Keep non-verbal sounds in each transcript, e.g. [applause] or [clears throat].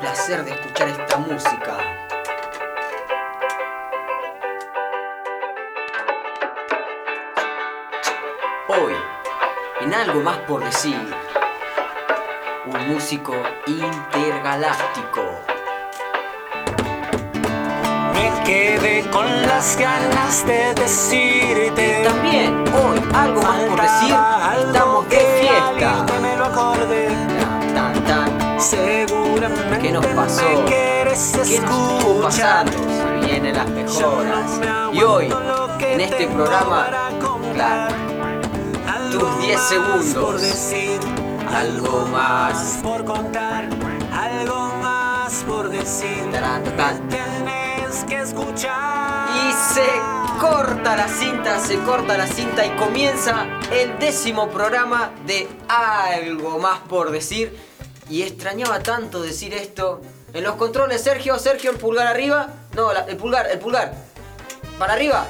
placer de escuchar esta música. Hoy, en algo más por decir, un músico intergaláctico. Me quedé con las ganas de decirte. Y también hoy, algo más por decir, Faltaba algo estamos de que fiesta. alguien me lo acorde. Tan, tan, tan. Seguramente ¿Qué nos pasó? me quieres ¿Qué nos estuvo escuchar. pasando? Se vienen las mejoras. Y hoy, en este programa, claro, tus 10 por segundos. decir Algo más. por contar algo más por decir Tan, tan, tan. tienes que escuchar Y se corta la cinta, se corta la cinta y comienza el décimo programa de Algo Más por Decir. Y extrañaba tanto decir esto. En los controles, Sergio, Sergio, el pulgar arriba. No, la- el pulgar, el pulgar. Para arriba.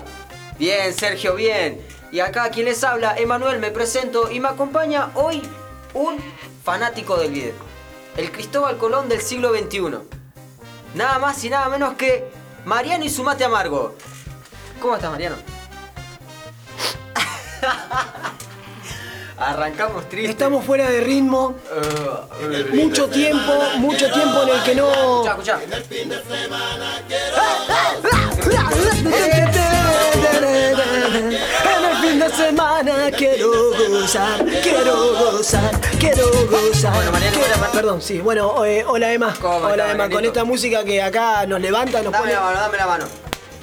Bien, Sergio, bien. Y acá quien les habla, Emanuel, me presento y me acompaña hoy un fanático del video. El Cristóbal Colón del siglo XXI. Nada más y nada menos que Mariano y su mate amargo. ¿Cómo estás, Mariano? [laughs] Arrancamos triste. Estamos fuera de ritmo, Eh, eh, mucho tiempo, mucho tiempo en el que no... Escuchá, escuchá. En el fin de semana quiero gozar, quiero gozar, quiero gozar. Bueno, Mariano, Quiero- hola, Ma- Perdón, sí, bueno, eh, hola Emma. ¿Cómo está, Hola Emma, Marianito? con esta música que acá nos levanta, nos Dame pone... la mano, dame la mano.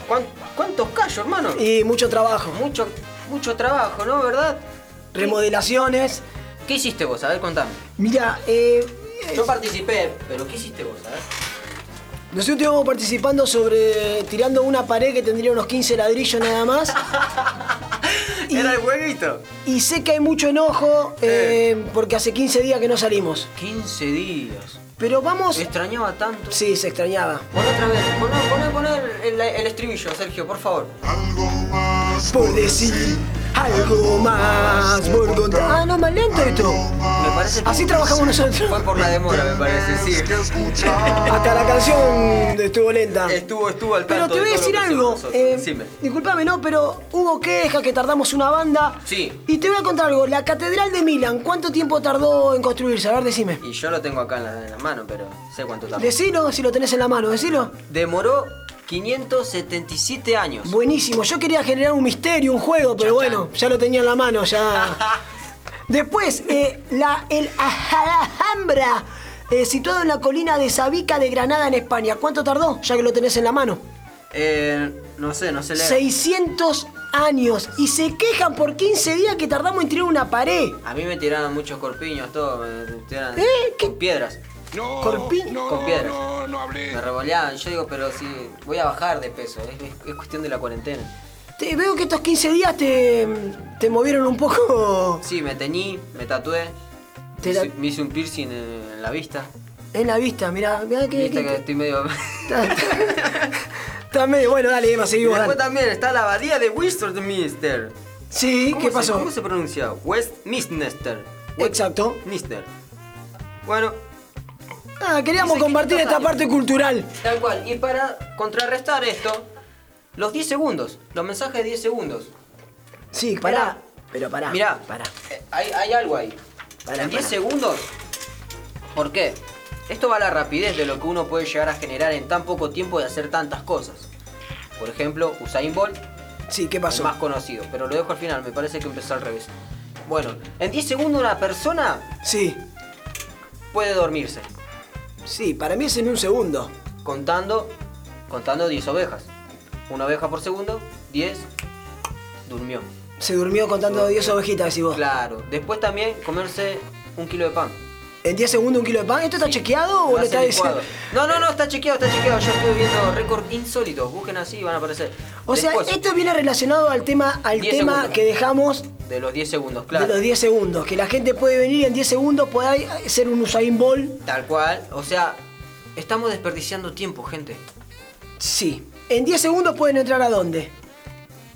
¿Cuán- ¿Cuántos callos, hermano? Y mucho trabajo. Mucho, mucho trabajo, ¿no? ¿Verdad? Remodelaciones. ¿Qué hiciste vos? A ver, contame. Mira, eh, Yo participé, pero ¿qué hiciste vos? A ver. Nosotros íbamos participando sobre tirando una pared que tendría unos 15 ladrillos nada más. Y- Era el jueguito. Y sé que hay mucho enojo eh, porque hace 15 días que no salimos. 15 días. Pero vamos. Me extrañaba tanto. Sí, se extrañaba. Pon otra vez, pon, pon, pon el, el- el estribillo, Sergio, por favor. Algo más Por decir algo más. Por contar. Ah, no, más lento esto. Me parece que Así trabajamos fue nosotros. por la demora, me parece, sí. Tienes que escuchar. Hasta la canción estuvo lenta. Estuvo, estuvo al Pero tanto te voy a de todo decir lo que algo. hicimos nosotros. eh, Decime. disculpame, no, pero hubo quejas que tardamos una banda. Sí. Y te voy a contar algo. La Catedral de Milán, ¿cuánto tiempo tardó en construirse? A ver, decime. Y yo lo tengo acá en la, en la mano, pero sé cuánto tardó. Decilo si lo tenés en la mano, decilo. Demoró 577 años. Buenísimo, yo quería generar un misterio, un juego, pero bueno, ya lo tenía en la [laughs] mano, ya. Después, eh, la, el Alhambra, eh, situado en la colina de Sabica de Granada, en España. ¿Cuánto tardó? Ya que lo tenés en la mano. Eh, no sé, no sé leer. 600 años y se quejan por 15 días que tardamos en tirar una pared. A mí me tiraron muchos corpiños, todo. Me tiraron ¿Eh? ¿Qué? con piedras. No, Corpi- no, con piedras. No, no hablé. Me revoleaban. Yo digo, pero si voy a bajar de peso. Es, es- es cuestión de la cuarentena. Te veo que estos 15 días te, te movieron un poco [laughs] Sí, me teñí, me tatué. Te me, la- hice, me hice un piercing en, en la vista. en la vista, mirá, mirá que... Viste que estoy medio. [laughs] [laughs] Está- está- está medio- bueno, dale, Emma, Y seguimos. después dale. también está la abadía de Westminster. Sí, ¿Cómo ¿qué se- pasó? ¿Cómo se pronuncia? Westminster. Exacto. Westminster. Bueno, Ah, queríamos Dice compartir 500 esta años. parte cultural. tal cual. Y para contrarrestar esto, los 10 segundos, los mensajes de 10 segundos. Sí, pará. pará. Pero pará. Mirá, Pará. eh, Hay, hay algo ahí. Pará, en 10 pará. segundos. ¿Por qué? Esto va a la rapidez de lo que uno puede llegar a generar en tan poco tiempo de hacer tantas cosas. Por ejemplo, Usain Bolt Sí, ¿qué el pasó? más conocido, pero lo dejo al final, me parece que empezó al revés. Bueno, en 10 segundos una persona Sí. puede dormirse, Sí, para mí es en un segundo. contando contando 10 ovejas. Una oveja por segundo, 10 durmió. Se durmió contando 10 ovejitas, decís vos. Claro, después también comerse un kilo de pan. En 10 segundos un kilo de pan. ¿Esto está chequeado o Va lo a está ser licuado. diciendo? No, no, no, está chequeado, está chequeado. Yo estuve viendo récord insólito. Busquen así y van a aparecer. O sea, Después esto viene relacionado al tema, al 10 tema segundos. que dejamos de los 10 segundos, claro. de los 10 segundos. Que la gente puede venir y en 10 segundos, puede ser un Usain Bolt. Tal cual, o sea, estamos desperdiciando tiempo, gente. Sí. En 10 segundos pueden entrar a dónde?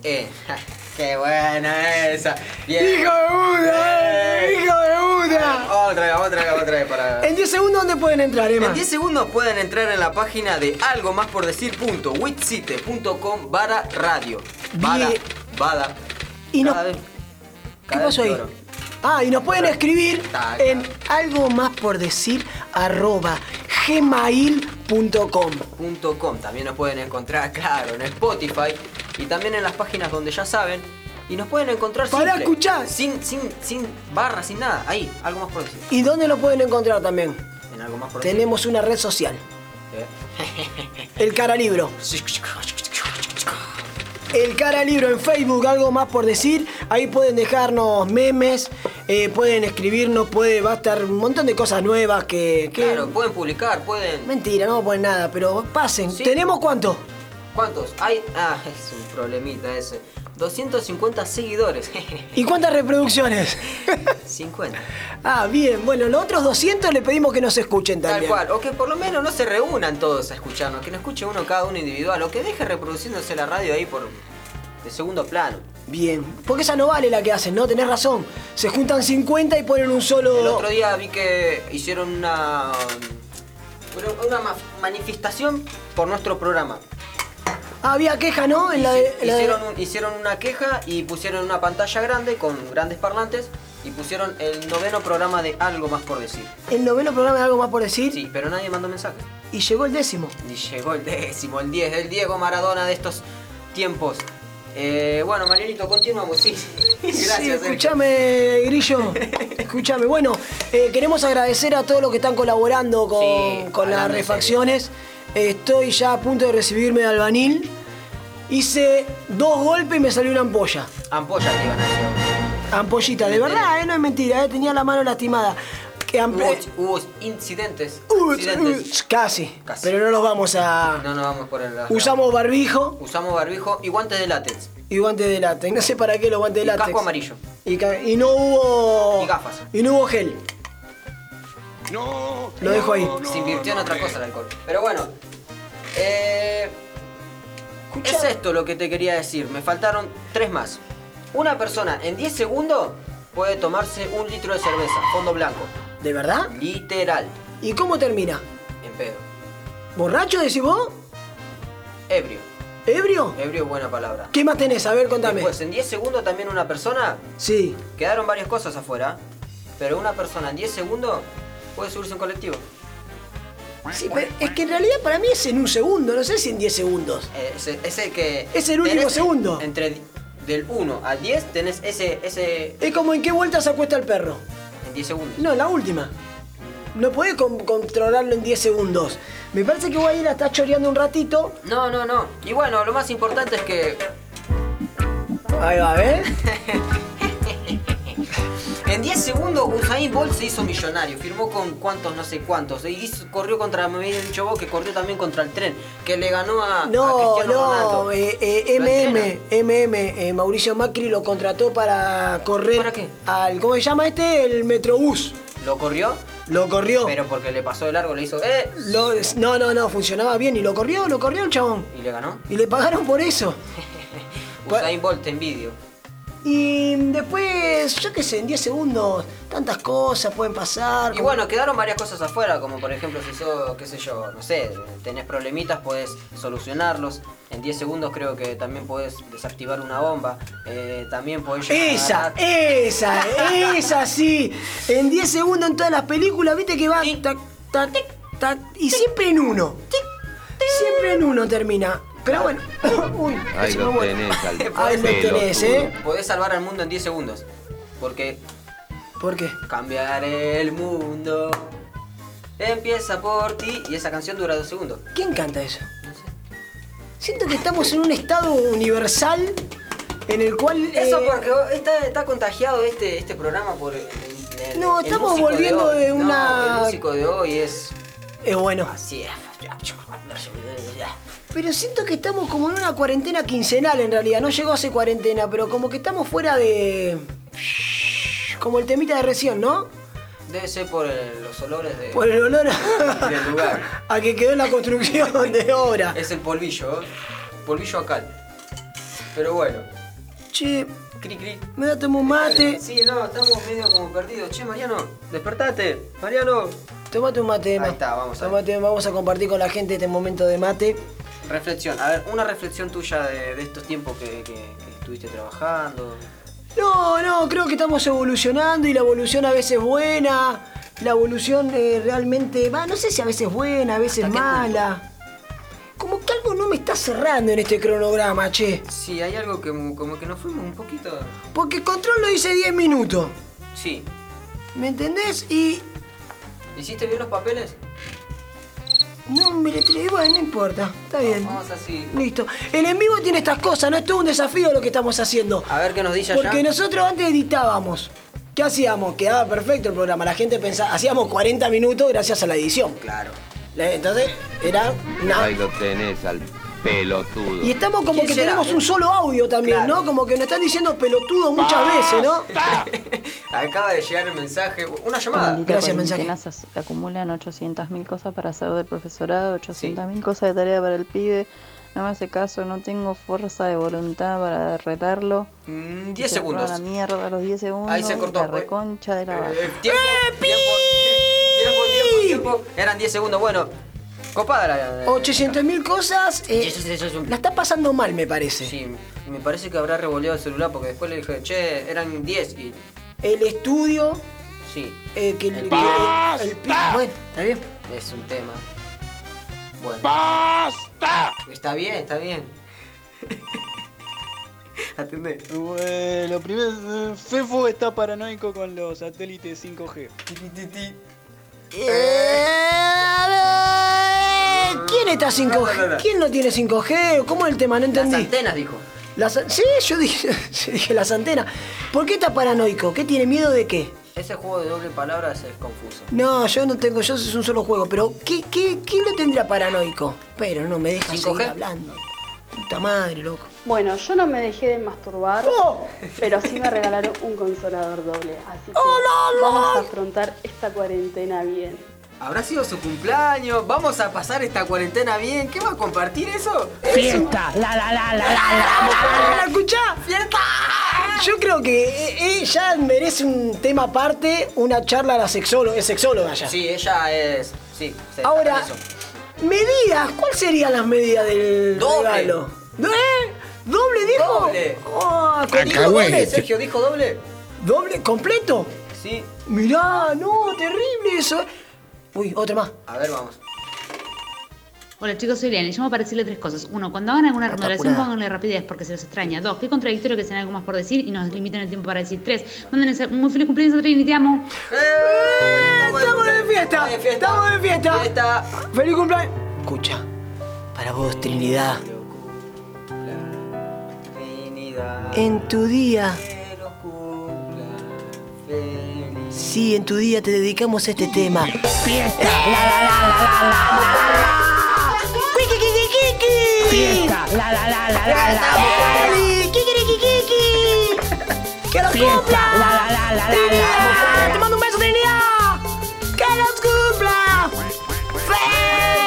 Eh, [laughs] qué buena esa. Bien. ¡Hijo de puta! ¡Hijo de puta! vamos otra vez, vamos otra vez, vamos otra vez para. En 10 segundos, ¿dónde pueden entrar, Emma? En 10 segundos pueden entrar en la página de algo más por barra radio. Bada, Bien. bada. Y Cada no- vez- ¿Qué cada pasó vez ahí? peor. Ah, y nos pueden escribir Taca. en algo más por decir arroba gmail.com. Punto com. También nos pueden encontrar, [laughs] claro, en Spotify y también en las páginas donde ya saben. Y nos pueden encontrar Pará, simple, escuchá. Sin, sin, sin barra, sin nada. Ahí, algo más por decir. ¿Y dónde lo pueden encontrar también? En algo más por decir. Tenemos una red social, Eh. el cara libro. El cara libro en Facebook, algo más por decir. Ahí pueden dejarnos memes, eh, pueden escribirnos, puede, va a estar un montón de cosas nuevas que. que- Claro, pueden publicar, pueden. Mentira, no ponen nada, pero pasen. Sí. ¿Tenemos cuánto? ¿Cuántos? Hay. Ah, [laughs] es un problemita ese. 250 seguidores. [laughs] ¿Y cuántas reproducciones? 50. Ah, bien, bueno, los otros 200 le pedimos que nos escuchen Tal también. cual. O que por lo menos no se reúnan todos a escucharnos. Que no escuche uno cada uno individual. O que deje reproduciéndose la radio ahí por. de segundo plano. Bien, porque esa no vale la que hacen, ¿no? Tenés razón. Se juntan 50 y ponen un solo... El otro día vi que hicieron una. una- una ma- manifestación por nuestro programa. Había queja, ¿no? En la de- en la de- Hicieron, un- hicieron una queja y pusieron una pantalla grande con grandes parlantes y pusieron el noveno programa de Algo Más por Decir. El noveno programa de Algo Más por Decir Sí, pero nadie mandó mensaje. y llegó el décimo. Y llegó el décimo, el 10, el Diego Maradona de estos tiempos. Eh, bueno, Marielito, continuamos, sí. [laughs] Gracias, eh. Sí, Sergio. escúchame, [laughs] Grillo. escúchame. Bueno, eh, queremos agradecer a todos los que están colaborando con, Sí, con las hablando en refacciones. Estoy ya a punto de recibirme de albanil. Hice dos golpes y me salió una ampolla. Ampolla te iban a hacer. Ampollita, de verdad, eh, no es mentira, eh, tenía la mano lastimada. Que amp- Hubo, hubo incidentes. Uh, incidentes. uh, casi, Casi. pero no los vamos a... No nos vamos por el Usamos barbijo Usamos barbijo y guantes de látex. y guantes de látex. No sé para qué los guantes de Y látex. casco amarillo. Y, ca- y no hubo... Y gafas. Y no hubo gel. No. Lo dejo ahí. no, Se invirtió en no, otra me- cosa el alcohol. Pero bueno. eh, es Escucha- esto lo que te quería decir. Me faltaron tres más. Una persona en 10 segundos puede tomarse un litro de cerveza, fondo blanco. ¿De verdad? Literal. ¿Y cómo termina? En pedo. ¿Borracho decís vos? Ebrio. ¿Ebrio? Ebrio es buena palabra. ¿Qué más tenés? A ver, contame. Después, eh. en 10 segundos también una persona. Sí. Quedaron varias cosas afuera. Pero una persona en 10 segundos puede subirse a un colectivo. Sí, pero es que en realidad para mí es en un segundo, no sé si en 10 segundos. Eh, Ese, ese que. Es el último tenés segundo. Entre di- del 1 al 10 tenés ese. ese Es como en qué vuelta se acuesta el perro. en 10 segundos. No, la última. No podés con- controlarlo en 10 segundos. Me parece que voy a ir a estar choreando un ratito. No, no, no. Y bueno, lo más importante es que Ahí va, ¿eh? [laughs] ¿ves? en 10 segundos Usain Bolt se hizo millonario. Firmó con cuantos, no sé cuántos. Y hizo- corrió contra, me había dicho vos, que corrió también contra el tren. Que le ganó a, a No, Cristiano no, Ronaldo. eh, eh, Lo MM, entrena. MM, eh, Mauricio Macri lo contrató para correr ¿Para qué? al, ¿cómo se llama este? El Metrobús. Lo corrió, Lo corrió. pero porque le pasó de largo, le hizo ¡eh! Lo- no, no, no, funcionaba bien y lo corrió, lo corrió el chabón. Y le ganó. Y le pagaron por eso. Bueno. Usain Bolt te envidio. Y después, yo qué sé, en 10 segundos, tantas cosas pueden pasar. Y como- bueno, quedaron varias cosas afuera, como por ejemplo si sos, qué sé yo, no sé, tenés problemitas, podés solucionarlos. En 10 segundos creo que también podés desactivar una bomba. Eh, también podés... llegar a Esa, agarrar- esa, esa sí. En 10 segundos en todas las películas, viste que va. Tic, tac, tac, tac, y siempre en uno. Siempre en uno termina. Pero bueno. [coughs] Uy, Ahí se lo me vuelve. [laughs] tenés, al Ahí lo pelotudo. tenés, ¿eh? Podés salvar al mundo en 10 segundos. Porque ¿Por qué? cambiar el mundo empieza por ti. Y esa canción dura 2 segundos. ¿Quién canta eso? Siento que estamos en un estado universal en el cual. Eso eh, porque está, está contagiado este, este programa por... el- el- No, el estamos músico volviendo hoy. de No, una- el músico de hoy es... Es bueno. Así es. Pero siento que estamos como en una cuarentena quincenal en realidad. No llegó a ser cuarentena, pero como que estamos fuera de. Como el temita de recién, ¿no? Debe ser por el- los olores de. Por el olor a, Del lugar. [laughs] a que quedó en la construcción de obra. Es el polvillo, ¿eh? Polvillo a cal. Pero bueno. Che, Cri, cri. me voy a tomar un mate. Sí, no, estamos medio como perdidos. Che, Mariano, despertate. Mariano. Tomate un mate, Emma. Ahí está, vamos a ver. Tomate, vamos a compartir con la gente este momento de mate. Reflexión. A ver, una reflexión tuya de, de estos tiempos que, que- que estuviste trabajando. No, no, creo que estamos evolucionando y la evolución a veces es buena. La evolución eh, realmente va, no sé si a veces buena, a veces ¿Hasta qué mala. Como que algo no me está cerrando en este cronograma, che. Sí, hay algo que mu- como que nos fuimos un poquito. Porque control lo hice 10 minutos. Sí. ¿Me entendés? Y. ¿Hiciste bien los papeles? No, me le tiré, bueno, no importa. Está bien. Vamos así. Listo. El en vivo tiene estas cosas, no es todo un desafío lo que estamos haciendo. A ver qué nos dice allá. Porque nosotros antes editábamos. ¿Qué hacíamos? Quedaba perfecto el programa. La gente pensaba, hacíamos 40 minutos gracias a la edición. Claro. La- Entonces, era una... Ahí lo tenés al pelotudo. Y estamos como ¿Quién que será? tenemos un solo audio también, Claro. ¿no? Como que nos están diciendo pelotudo muchas veces, ¿no? [laughs] Acaba de llegar el mensaje. Una llamada. Gracias, Gracias, mensaje. mensaje. Se acumulan 800.000 cosas para hacer del profesorado, 800.000 cosas de tarea para el pibe. No me hace caso, no tengo fuerza de voluntad para retarlo. Mm, Y 10 se fue a segundos. la mierda a los 10 segundos. Ahí se cortó. pues. La reconcha de la... Eh, tiempo, tiempo, tiempo, tiempo, tiempo. Eran 10 segundos. Bueno, copada la. la- 800.000 cosas. eh, Sí, sí, sí, sí. la está pasando mal, me parece. Sí, me parece que habrá revoleado el celular porque después le dije, che, eran 10 y. El estudio... Sí, eh, que el, ¡Basta! el- el- bueno, está bien. es un tema. Bueno. ¡Basta! Está bien, está bien. [laughs] Atendé. Bueno, primero, eh, Fefo está paranoico con los satélites 5G. Ti, ti, ti, ti. Eh, ¿Quién está 5G? No, no, no. ¿Quién no tiene 5G? ¿Cómo es el tema? No Las entendí. antenas, dijo. Las an- sí, yo dije, [laughs] sí, dije las antenas. ¿Por qué está paranoico? ¿Qué tiene miedo de qué? Ese juego de doble palabra es confuso. No, yo no tengo, yo es un solo juego, pero ¿qué, qué, ¿quién lo tendrá paranoico? Pero no me deja 5G. seguir hablando. Puta madre, loco. Bueno, yo no me dejé de masturbar, ¡Oh! pero sí me regalaron un consolador doble. Así que ¡Oh, no, no! vamos a afrontar esta cuarentena bien. Habrá sido su cumpleaños, vamos a pasar esta cuarentena bien. ¿Qué va a compartir eso? ¡Ah, escuchá! Yo creo que eh, eh, ya merece un tema aparte, una charla a la sexóloga, es sexóloga ya. Sí, ella es. Sí, se Ahora, eso. medidas, ¿cuáles serían las medidas del Doble. regalo? ¿Eh? ¿Doble dijo? Doble. Ah, con- ¿Dijo doble, Sergio? ¿Dijo doble? ¿Doble completo? Sí. Mirá, no, terrible eso. ¿eh? Uy, otra más. A ver, vamos. Hola chicos, soy Leanne. Llamo para decirle tres cosas. Uno, cuando hagan alguna Está remodelación, apurada. pónganle rapidez porque se los extraña. Dos, qué contradictorio que sean algo más por decir y nos limiten el tiempo para decir. Tres, mándenles un muy feliz cumpleaños a Trini, te amo. ¡Eh! Estamos de fiesta, de fiesta. estamos de fiesta. Fiesta. ¡Feliz cumpleaños! Escucha, para vos, Trinidad, Trinidad. en tu día, Que los cumpla feliz. sí, en tu día te dedicamos este tema. ¡Fiesta! ¡Fiesta! La la la la ¡Que los cumpla! ¡Trinidad! ¡Te mando un beso, Trinidad! ¡Que los cumpla!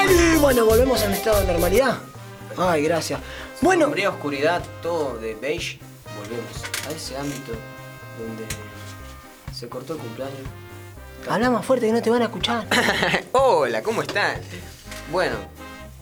¡Feliz! Bueno, volvemos a un estado de normalidad. Ay, gracias. Bueno, Sombría oscuridad, todo de beige. Volvemos a ese ámbito donde se cortó el cumpleaños. habla más fuerte que no te van a escuchar. [laughs] Hola, ¿cómo están? Bueno,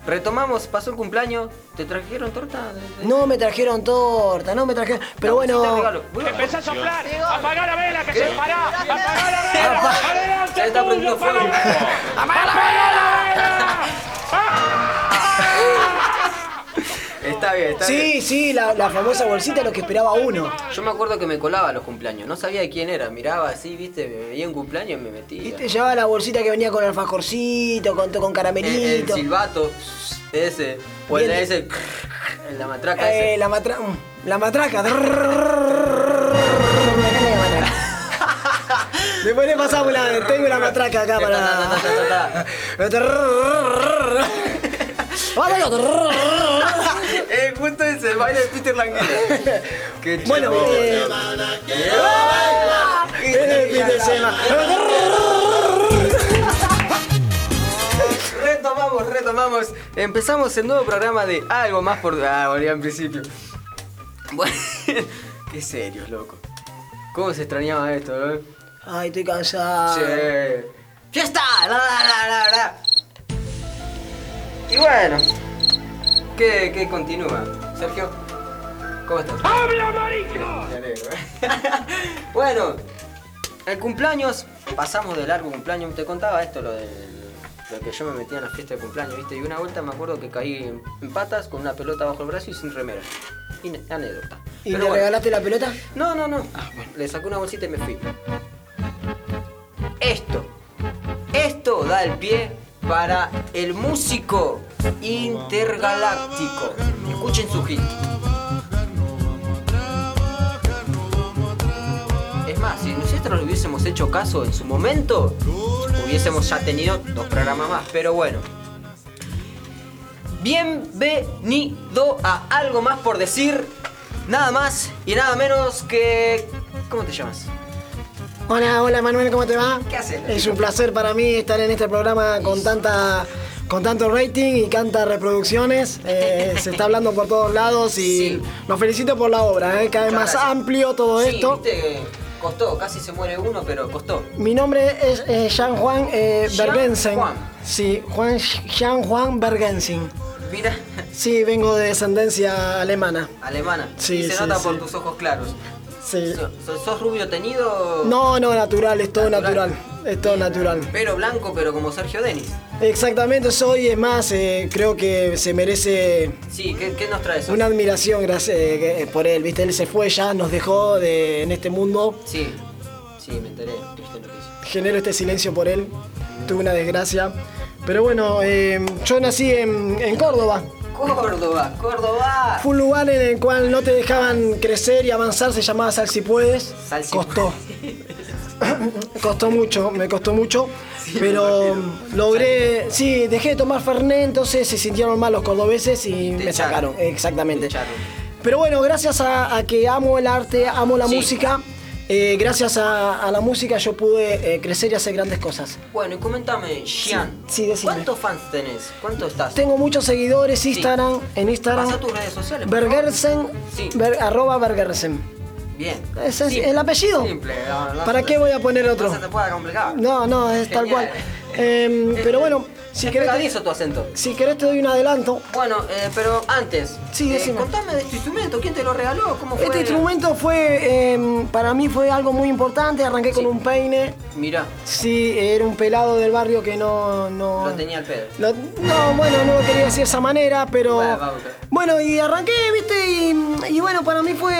retomamos, pasó el cumpleaños. ¿Te trajeron torta? No me trajeron torta, no me trajeron. Pero bueno. Empezá a soplar, apagá la vela que se pará, apagá la Apa- vela, Ya adelante está prendido tuyo, apagá la fuego. vela, apagá la vela. [laughs] Está bien, está bien. Sí, sí, la, la famosa bolsita lo que esperaba uno. Yo me acuerdo que me colaba a los cumpleaños, no sabía de quién era, miraba así, viste, me veía un cumpleaños y me metía. Viste, llevaba la bolsita que venía con alfajorcito, con, con El, Eh, el caramelito. silbato ese, o el Bien. ese, en la matraca Eh, ese. la matraca. La matraca. [laughs] La matraca. Después le pasamos la. Tengo la matraca acá Ta, ta, ta, ta, ta, para. Vamos, Eh, justo es el baile de Peter [laughs] Languera. Qué Bueno, chido. eh, eh, Peter Sema. Retomamos, retomamos. Empezamos el nuevo programa de Algo más por. Ah, volví al principio. Bueno, [laughs] Qué serios, loco. ¿Cómo se extrañaba esto, no? [laughs] Ay, estoy cansado. Che. ¡Fiesta! La, la, la, la, la. Y bueno, ¿qué, qué continúa? Sergio, ¿cómo estás? ¡Habla, marico! [laughs] bueno, el cumpleaños, pasamos de largo cumpleaños. Te contaba esto, lo de lo que yo me metía en la fiesta de cumpleaños, ¿viste? Y una vuelta me acuerdo que caí en, en patas con una pelota bajo el brazo y sin remera. Ine- anécdota. ¿Y Pero le bueno. regalaste la pelota? No, no, no. Ah, bueno, le saqué una bolsita y me fui. Esto. Esto da el pie para el músico intergaláctico. Escuchen su hit. Es más, si nosotros le hubiésemos hecho caso en su momento, hubiésemos ya tenido dos programas más. Pero bueno. Bienvenido a Algo Más por Decir. Nada más y nada menos que. ¿Cómo te llamas? Hola, hola Manuel, ¿cómo te va? ¿Qué haces, Es un placer para mí estar en este programa con tanta con tanto rating y tantas [laughs] reproducciones. Eh, se está hablando por todos lados y Sí. los felicito por la obra, eh, cada vez más Muchas gracias. amplio todo sí, esto. viste, costó, casi se muere uno, pero costó. Mi nombre es eh, Jean Juan eh, Jean Bergensen. Juan. Sí, Juan, Jean Juan Bergensen. Mira, [laughs] Sí, vengo de descendencia alemana. alemana. Sí, y se sí, nota por sí. tus ojos claros. Sí. So- so- ¿Sos rubio tenido? No, no, natural, es todo Natural. natural. Es todo natural. Pero blanco, pero como Sergio Denis. Exactamente, soy, es más, eh, creo que se merece Sí, ¿qué, qué nos traes? hoy? una admiración gracias, eh, que- eh, por él, ¿viste? Él se fue ya, nos dejó de- en este mundo, Sí, sí, me enteré. Triste noticia. genero este silencio por él, tuve una desgracia. Pero bueno, eh, yo nací en, en Córdoba, Córdoba, Córdoba. fue un lugar en el cual no te dejaban crecer y avanzar, se llamaba Sal si puedes, Salsi- costó. costó mucho, me costó mucho, pero logré, sí, dejé de tomar Fernet, entonces se sintieron mal los cordobeses y me echaron. sacaron, exactamente. Charro. Pero bueno, gracias a, a que amo el arte, amo la Sí. música, eh, gracias a, a la música yo pude eh, crecer y hacer grandes cosas. Bueno, y coméntame, Gian. sí, decime. ¿Cuántos fans tenés? ¿Cuánto estás? Tengo muchos seguidores Instagram, en Pasa Instagram, tus redes sociales. por favor. Bergersen, Sí. Ber- arroba Bergersen. Bien. Ese es Simple. el apellido. Simple, no, no ¿Para se- qué voy a poner otro? No se te pueda complicar. No, no, es tal Genial. cual. Em, pero bueno, si Es querés, pegadizo tu acento. si querés te doy un adelanto. Bueno, eh, pero antes, Sí, eh, decime. contame de este instrumento, ¿quién te lo regaló? ¿Cómo fue? Este instrumento fue, em, para mí fue algo muy importante, arranqué con Sí. un peine. Mirá, Sí, era un pelado del barrio que no... no lo tenía al pedo. Lo- no, bueno, no lo quería decir de esa manera, pero. Bueno, vamos. Bueno, y arranqué, viste, y, y bueno, para mí fue.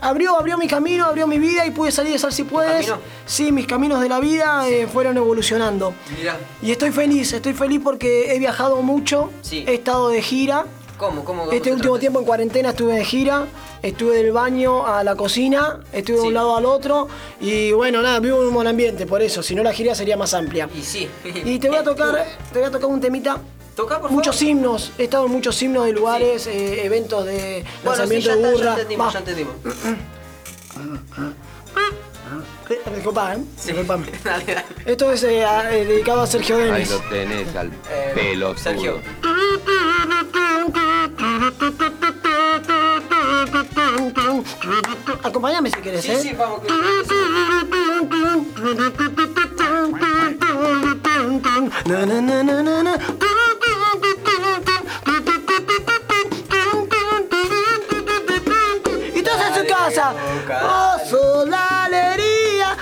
Abrió, abrió mi camino, abrió mi vida y pude salir de Sal si puedes. camino? Sí, mis caminos de la vida eh, fueron evolucionando. Mirá. Y estoy feliz, estoy feliz porque he viajado mucho, Sí. he estado de gira. ¿Cómo? ¿Cómo? cómo Este se último trata? tiempo en cuarentena estuve de gira, estuve del baño a la cocina, estuve de Sí. un lado al otro y bueno, nada, vivo en un buen ambiente, por eso, si no la gira sería más amplia. Y sí. Y [laughs] te voy a tocar, eh, te voy a tocar un temita Toca por Muchos favor. himnos, he estado en muchos himnos de lugares, eh, eventos de Bueno, sí, lanzamiento ya, está, ya de burra. entendimos, Va. ya entendimos. Eh, disculpa, ¿eh? Disculpame. [laughs] Dale, dale. Esto es eh, a- eh, dedicado a Sergio Ahí Denis. lo tenés al Eh, pelotudo. Sergio. Acompáñame si quieres, Sí, ¿eh? sí, vamos. que- Na, na, na, na, na, na. Y todos en su casa. Oso, la alegría.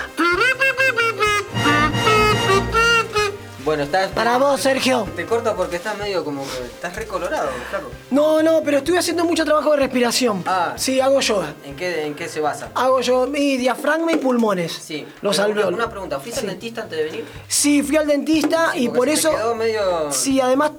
Bueno, estás... Para vos, Sergio. Te corto porque estás medio como que... Estás recolorado, claro. No, no, pero estuve haciendo mucho trabajo de respiración. Ah. Sí, hago yoga. ¿En qué, ¿En qué se basa? Hago yo mi diafragma y pulmones. Sí. Los Pero una, alveolos. una pregunta, ¿fuiste al dentista antes de venir? Sí, fui al dentista y Porque por se te eso. quedó medio... Sí, además,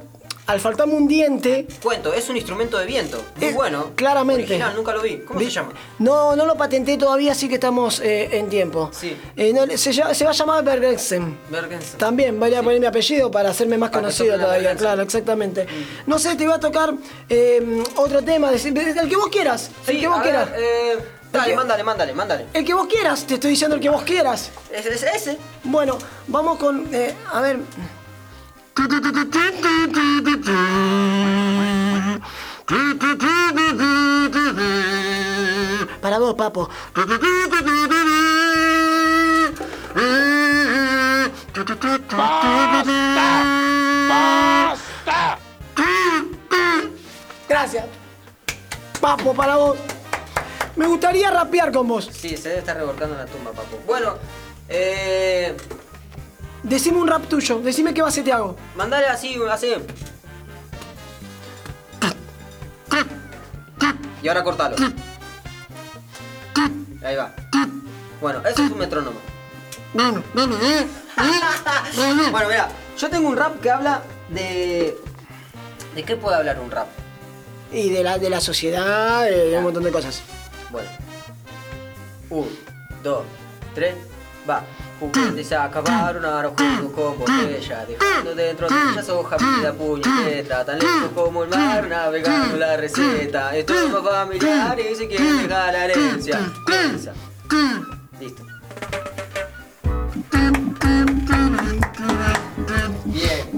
al faltarme un diente. Cuento, es un instrumento de viento. Muy es- bueno. Claramente. Original, nunca lo vi. ¿Cómo Vi- se llama? No, no lo patenté todavía, así que estamos eh, en tiempo. Sí. Eh, no, se, llama- se va a llamar Bergensen. Bergensen. También voy a poner mi apellido para hacerme más Para que conocido toquen la todavía, Bergensen. Mm. claro, exactamente. No sé, te voy a tocar eh, otro tema, decí- el que vos quieras, el Sí, que vos a quieras. ver, eh, dale, que- mándale, mándale, mándale. El que vos quieras, te estoy diciendo el que vos quieras. Es, es- ese. Bueno, vamos con. eh, a ver. Para vos, papo. Gracias. Papo, para vos. Me gustaría rapear con vos. Sí, se debe estar revolcando en la tumba, papu. Bueno, eh, Decime un rap tuyo. Decime qué base te hago. mandale así, así. Y ahora cortalo. [clears throat] Ahí va. Bueno, eso es un metrónomo. Bueno, mira, yo tengo un rap que habla de. ¿De qué puede hablar un rap? Y de la, de la sociedad, eh, de un montón de cosas. Bueno. Un, dos, tres, va. Juguetes a acabar un aro junto con botella Dejando dentro de ellas hoja, vida, puño y letra Tan lejos como el mar, navegando la receta Esto es más familiar y se quiere dejar la herencia Piensa. Listo Bien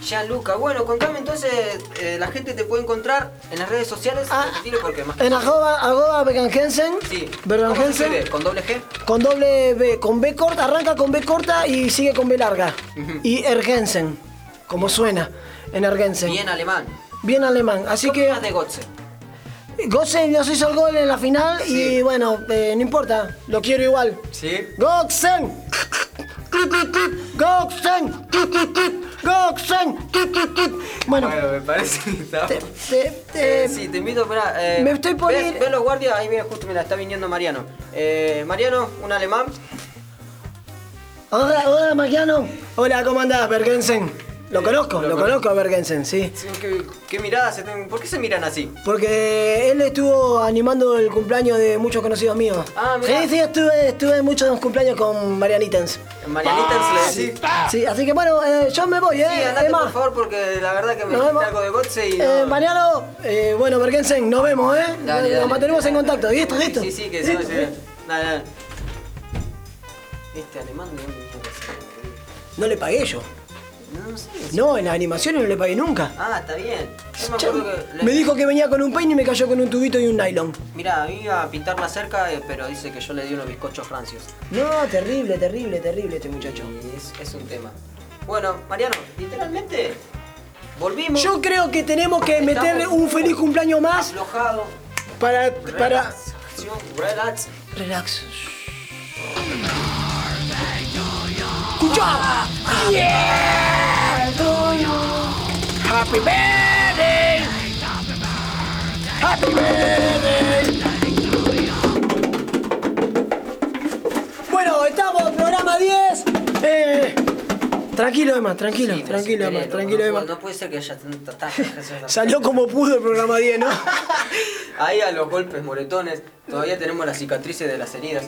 Gianluca, bueno, contame entonces, eh, la gente te puede encontrar en las redes sociales, Ah. Repetilo porque más... En arroba, arroba Bergangensen. Sí, ¿Cómo se escribe? Bergangensen. ¿Con doble G? Con doble B, con B corta, arranca con B corta y sigue con B larga. Y Ergensen, como suena, en Ergensen. Bien alemán. Bien alemán, así ¿Qué que opinas de este Gotze? Gotze nos hizo el gol en la final Sí. y bueno, eh, no importa, lo quiero igual. Sí. Goxen. Goxen. Goxen. Bueno, Bueno, me parece que está... te, te- te- Eh, sí, te invito, espera. eh, me estoy por ¿ves- ir. ¿Ves los guardias? Ahí mira, justo, mira, está viniendo Mariano. Eh, Mariano, un alemán. Hola, hola Mariano. Hola, ¿cómo andás, Bergensen? Lo conozco, lo lo conozco a Bergensen, sí. Sí, ¿Qué, qué mirada se ten- ¿Por qué se miran así? Porque él estuvo animando el cumpleaños de muchos conocidos míos. Ah, mirá. sí, sí, estuve, estuve en muchos cumpleaños con Marianitens. Marianita se le decís. Ah, Sí, así que bueno, eh, yo me voy, ¿eh? Ah. Sí, andate Emma. por favor porque la verdad que me Nos dijiste vemos. algo de Gotze y. Eh, no- Mariano, eh, bueno, Bergensen, nos vemos, ¿eh? Dale, dale, nos mantenemos dale, en dale, contacto. dale. ¿Listo, listo? Sí, sí, que se ¿Listo? vaya. Dale, dale. Este alemán de dónde viene? No le pagué yo. No, no sé. No, en las animaciones no le pagué nunca. Ah, está bien. Yo me acuerdo que. Me dijo que venía con un peine y me cayó con un tubito y un nylon. Mira, iba a pintar más cerca, eh, pero dice que yo le di unos bizcochos francios. No, terrible, terrible, terrible este muchacho. Y es, es un tema. Bueno, Mariano, literalmente volvimos. Yo creo que tenemos que Estamos meterle un feliz cumpleaños más aflojado. para... para... Relaxación, relax. Relax. ¡Escuchá! Yeah, to you. Happy birthday. Happy birthday. Bueno, estamos, programa 10. Eh, tranquilo, Emma, tranquilo, tranquilo, Emma, Pero, tranquilo, no, Emma. puede- No puede ser que haya tanta [laughs] [laughs] taja. Salió como pudo el programa [laughs] 10, ¿no? Ahí a los golpes, moretones. Todavía tenemos las cicatrices de las heridas.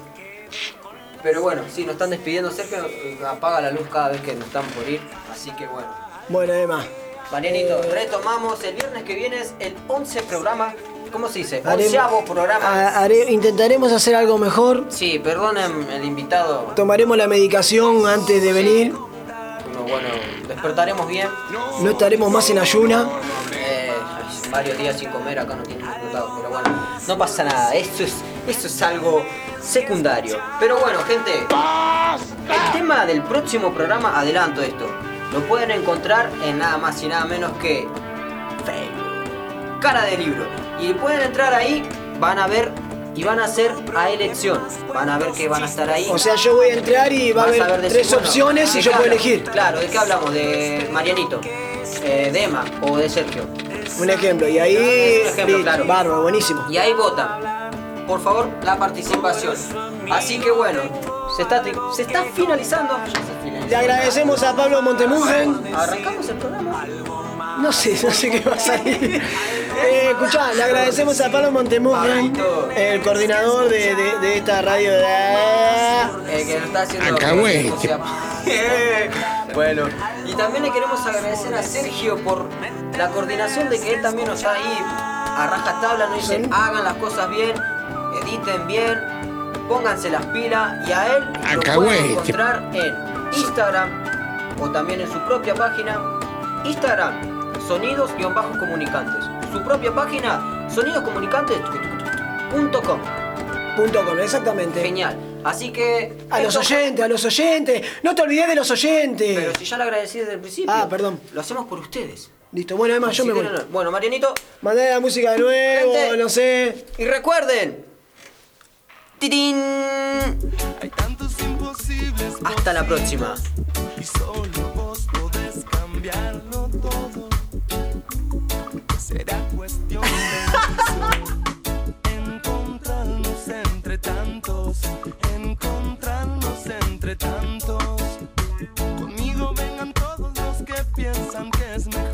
Pero bueno, sí, nos están despidiendo. Sergio eh, apaga la luz cada vez que nos están por ir. Así que bueno. Bueno, Emma. Marianito, Eh, retomamos. El viernes que viene es el 11 programa. ¿Cómo se dice? haremos- Onceavo programa. ha- haré- intentaremos hacer algo mejor. Sí, perdonen el invitado. Tomaremos la medicación antes de venir. Bueno, bueno, despertaremos bien. No estaremos más en ayuna. Eh, ay, varios días sin comer acá no tiene resultados, pero bueno, no pasa nada. Esto es, esto es algo secundario. Pero bueno, gente, el tema del próximo programa, adelanto esto. Lo pueden encontrar en nada más y nada menos que Facebook, cara de libro. Y pueden entrar ahí, van a ver y van a ser a elección. Van a ver que van a estar ahí. O sea, yo voy a entrar y va a Vas ver haber decir, tres bueno, opciones ¿de y yo qué puedo hablamos? elegir. Claro, ¿de qué hablamos? ¿De Marianito? eh, ¿De Emma o de Sergio? Un ejemplo. Y ahí. Un ejemplo, listo, claro. Bárbaro, buenísimo. Y ahí votan. Por favor, la participación. Así que bueno, se está, se está finalizando. Ya se finalizó. Le agradecemos a Pablo Montemugen. Arrancamos el programa. No sé, no sé qué va a salir. Eh, escuchá, le agradecemos a Pablo Montemugen, el coordinador de, de- de esta radio. Eh, que nos está haciendo. Alcahuete. o sea, eh, bueno, y también le queremos agradecer a Sergio por la coordinación de que él también nos está ahí a rajatabla, nos dice: hagan las cosas bien, editen bien, pónganse las pilas. Y a él lo pueden Alcahuete. encontrar en Instagram o también en su propia página: Instagram, sonidos-comunicantes. Su propia página, sonidoscomunicantes.com. Punto com, exactamente. Genial. Así que. A los esto- oyentes, a los oyentes. No te olvides de los oyentes. Pero si ya lo agradecí desde el principio. Ah, perdón. Lo hacemos por ustedes. Listo, bueno, además yo me voy. Considérenlo. Bueno, Marianito. Mandale la música de nuevo, Gente. no sé. Y recuerden. ¡Tirín! Hasta la próxima. Conmigo vengan todos los que piensan que es mejor.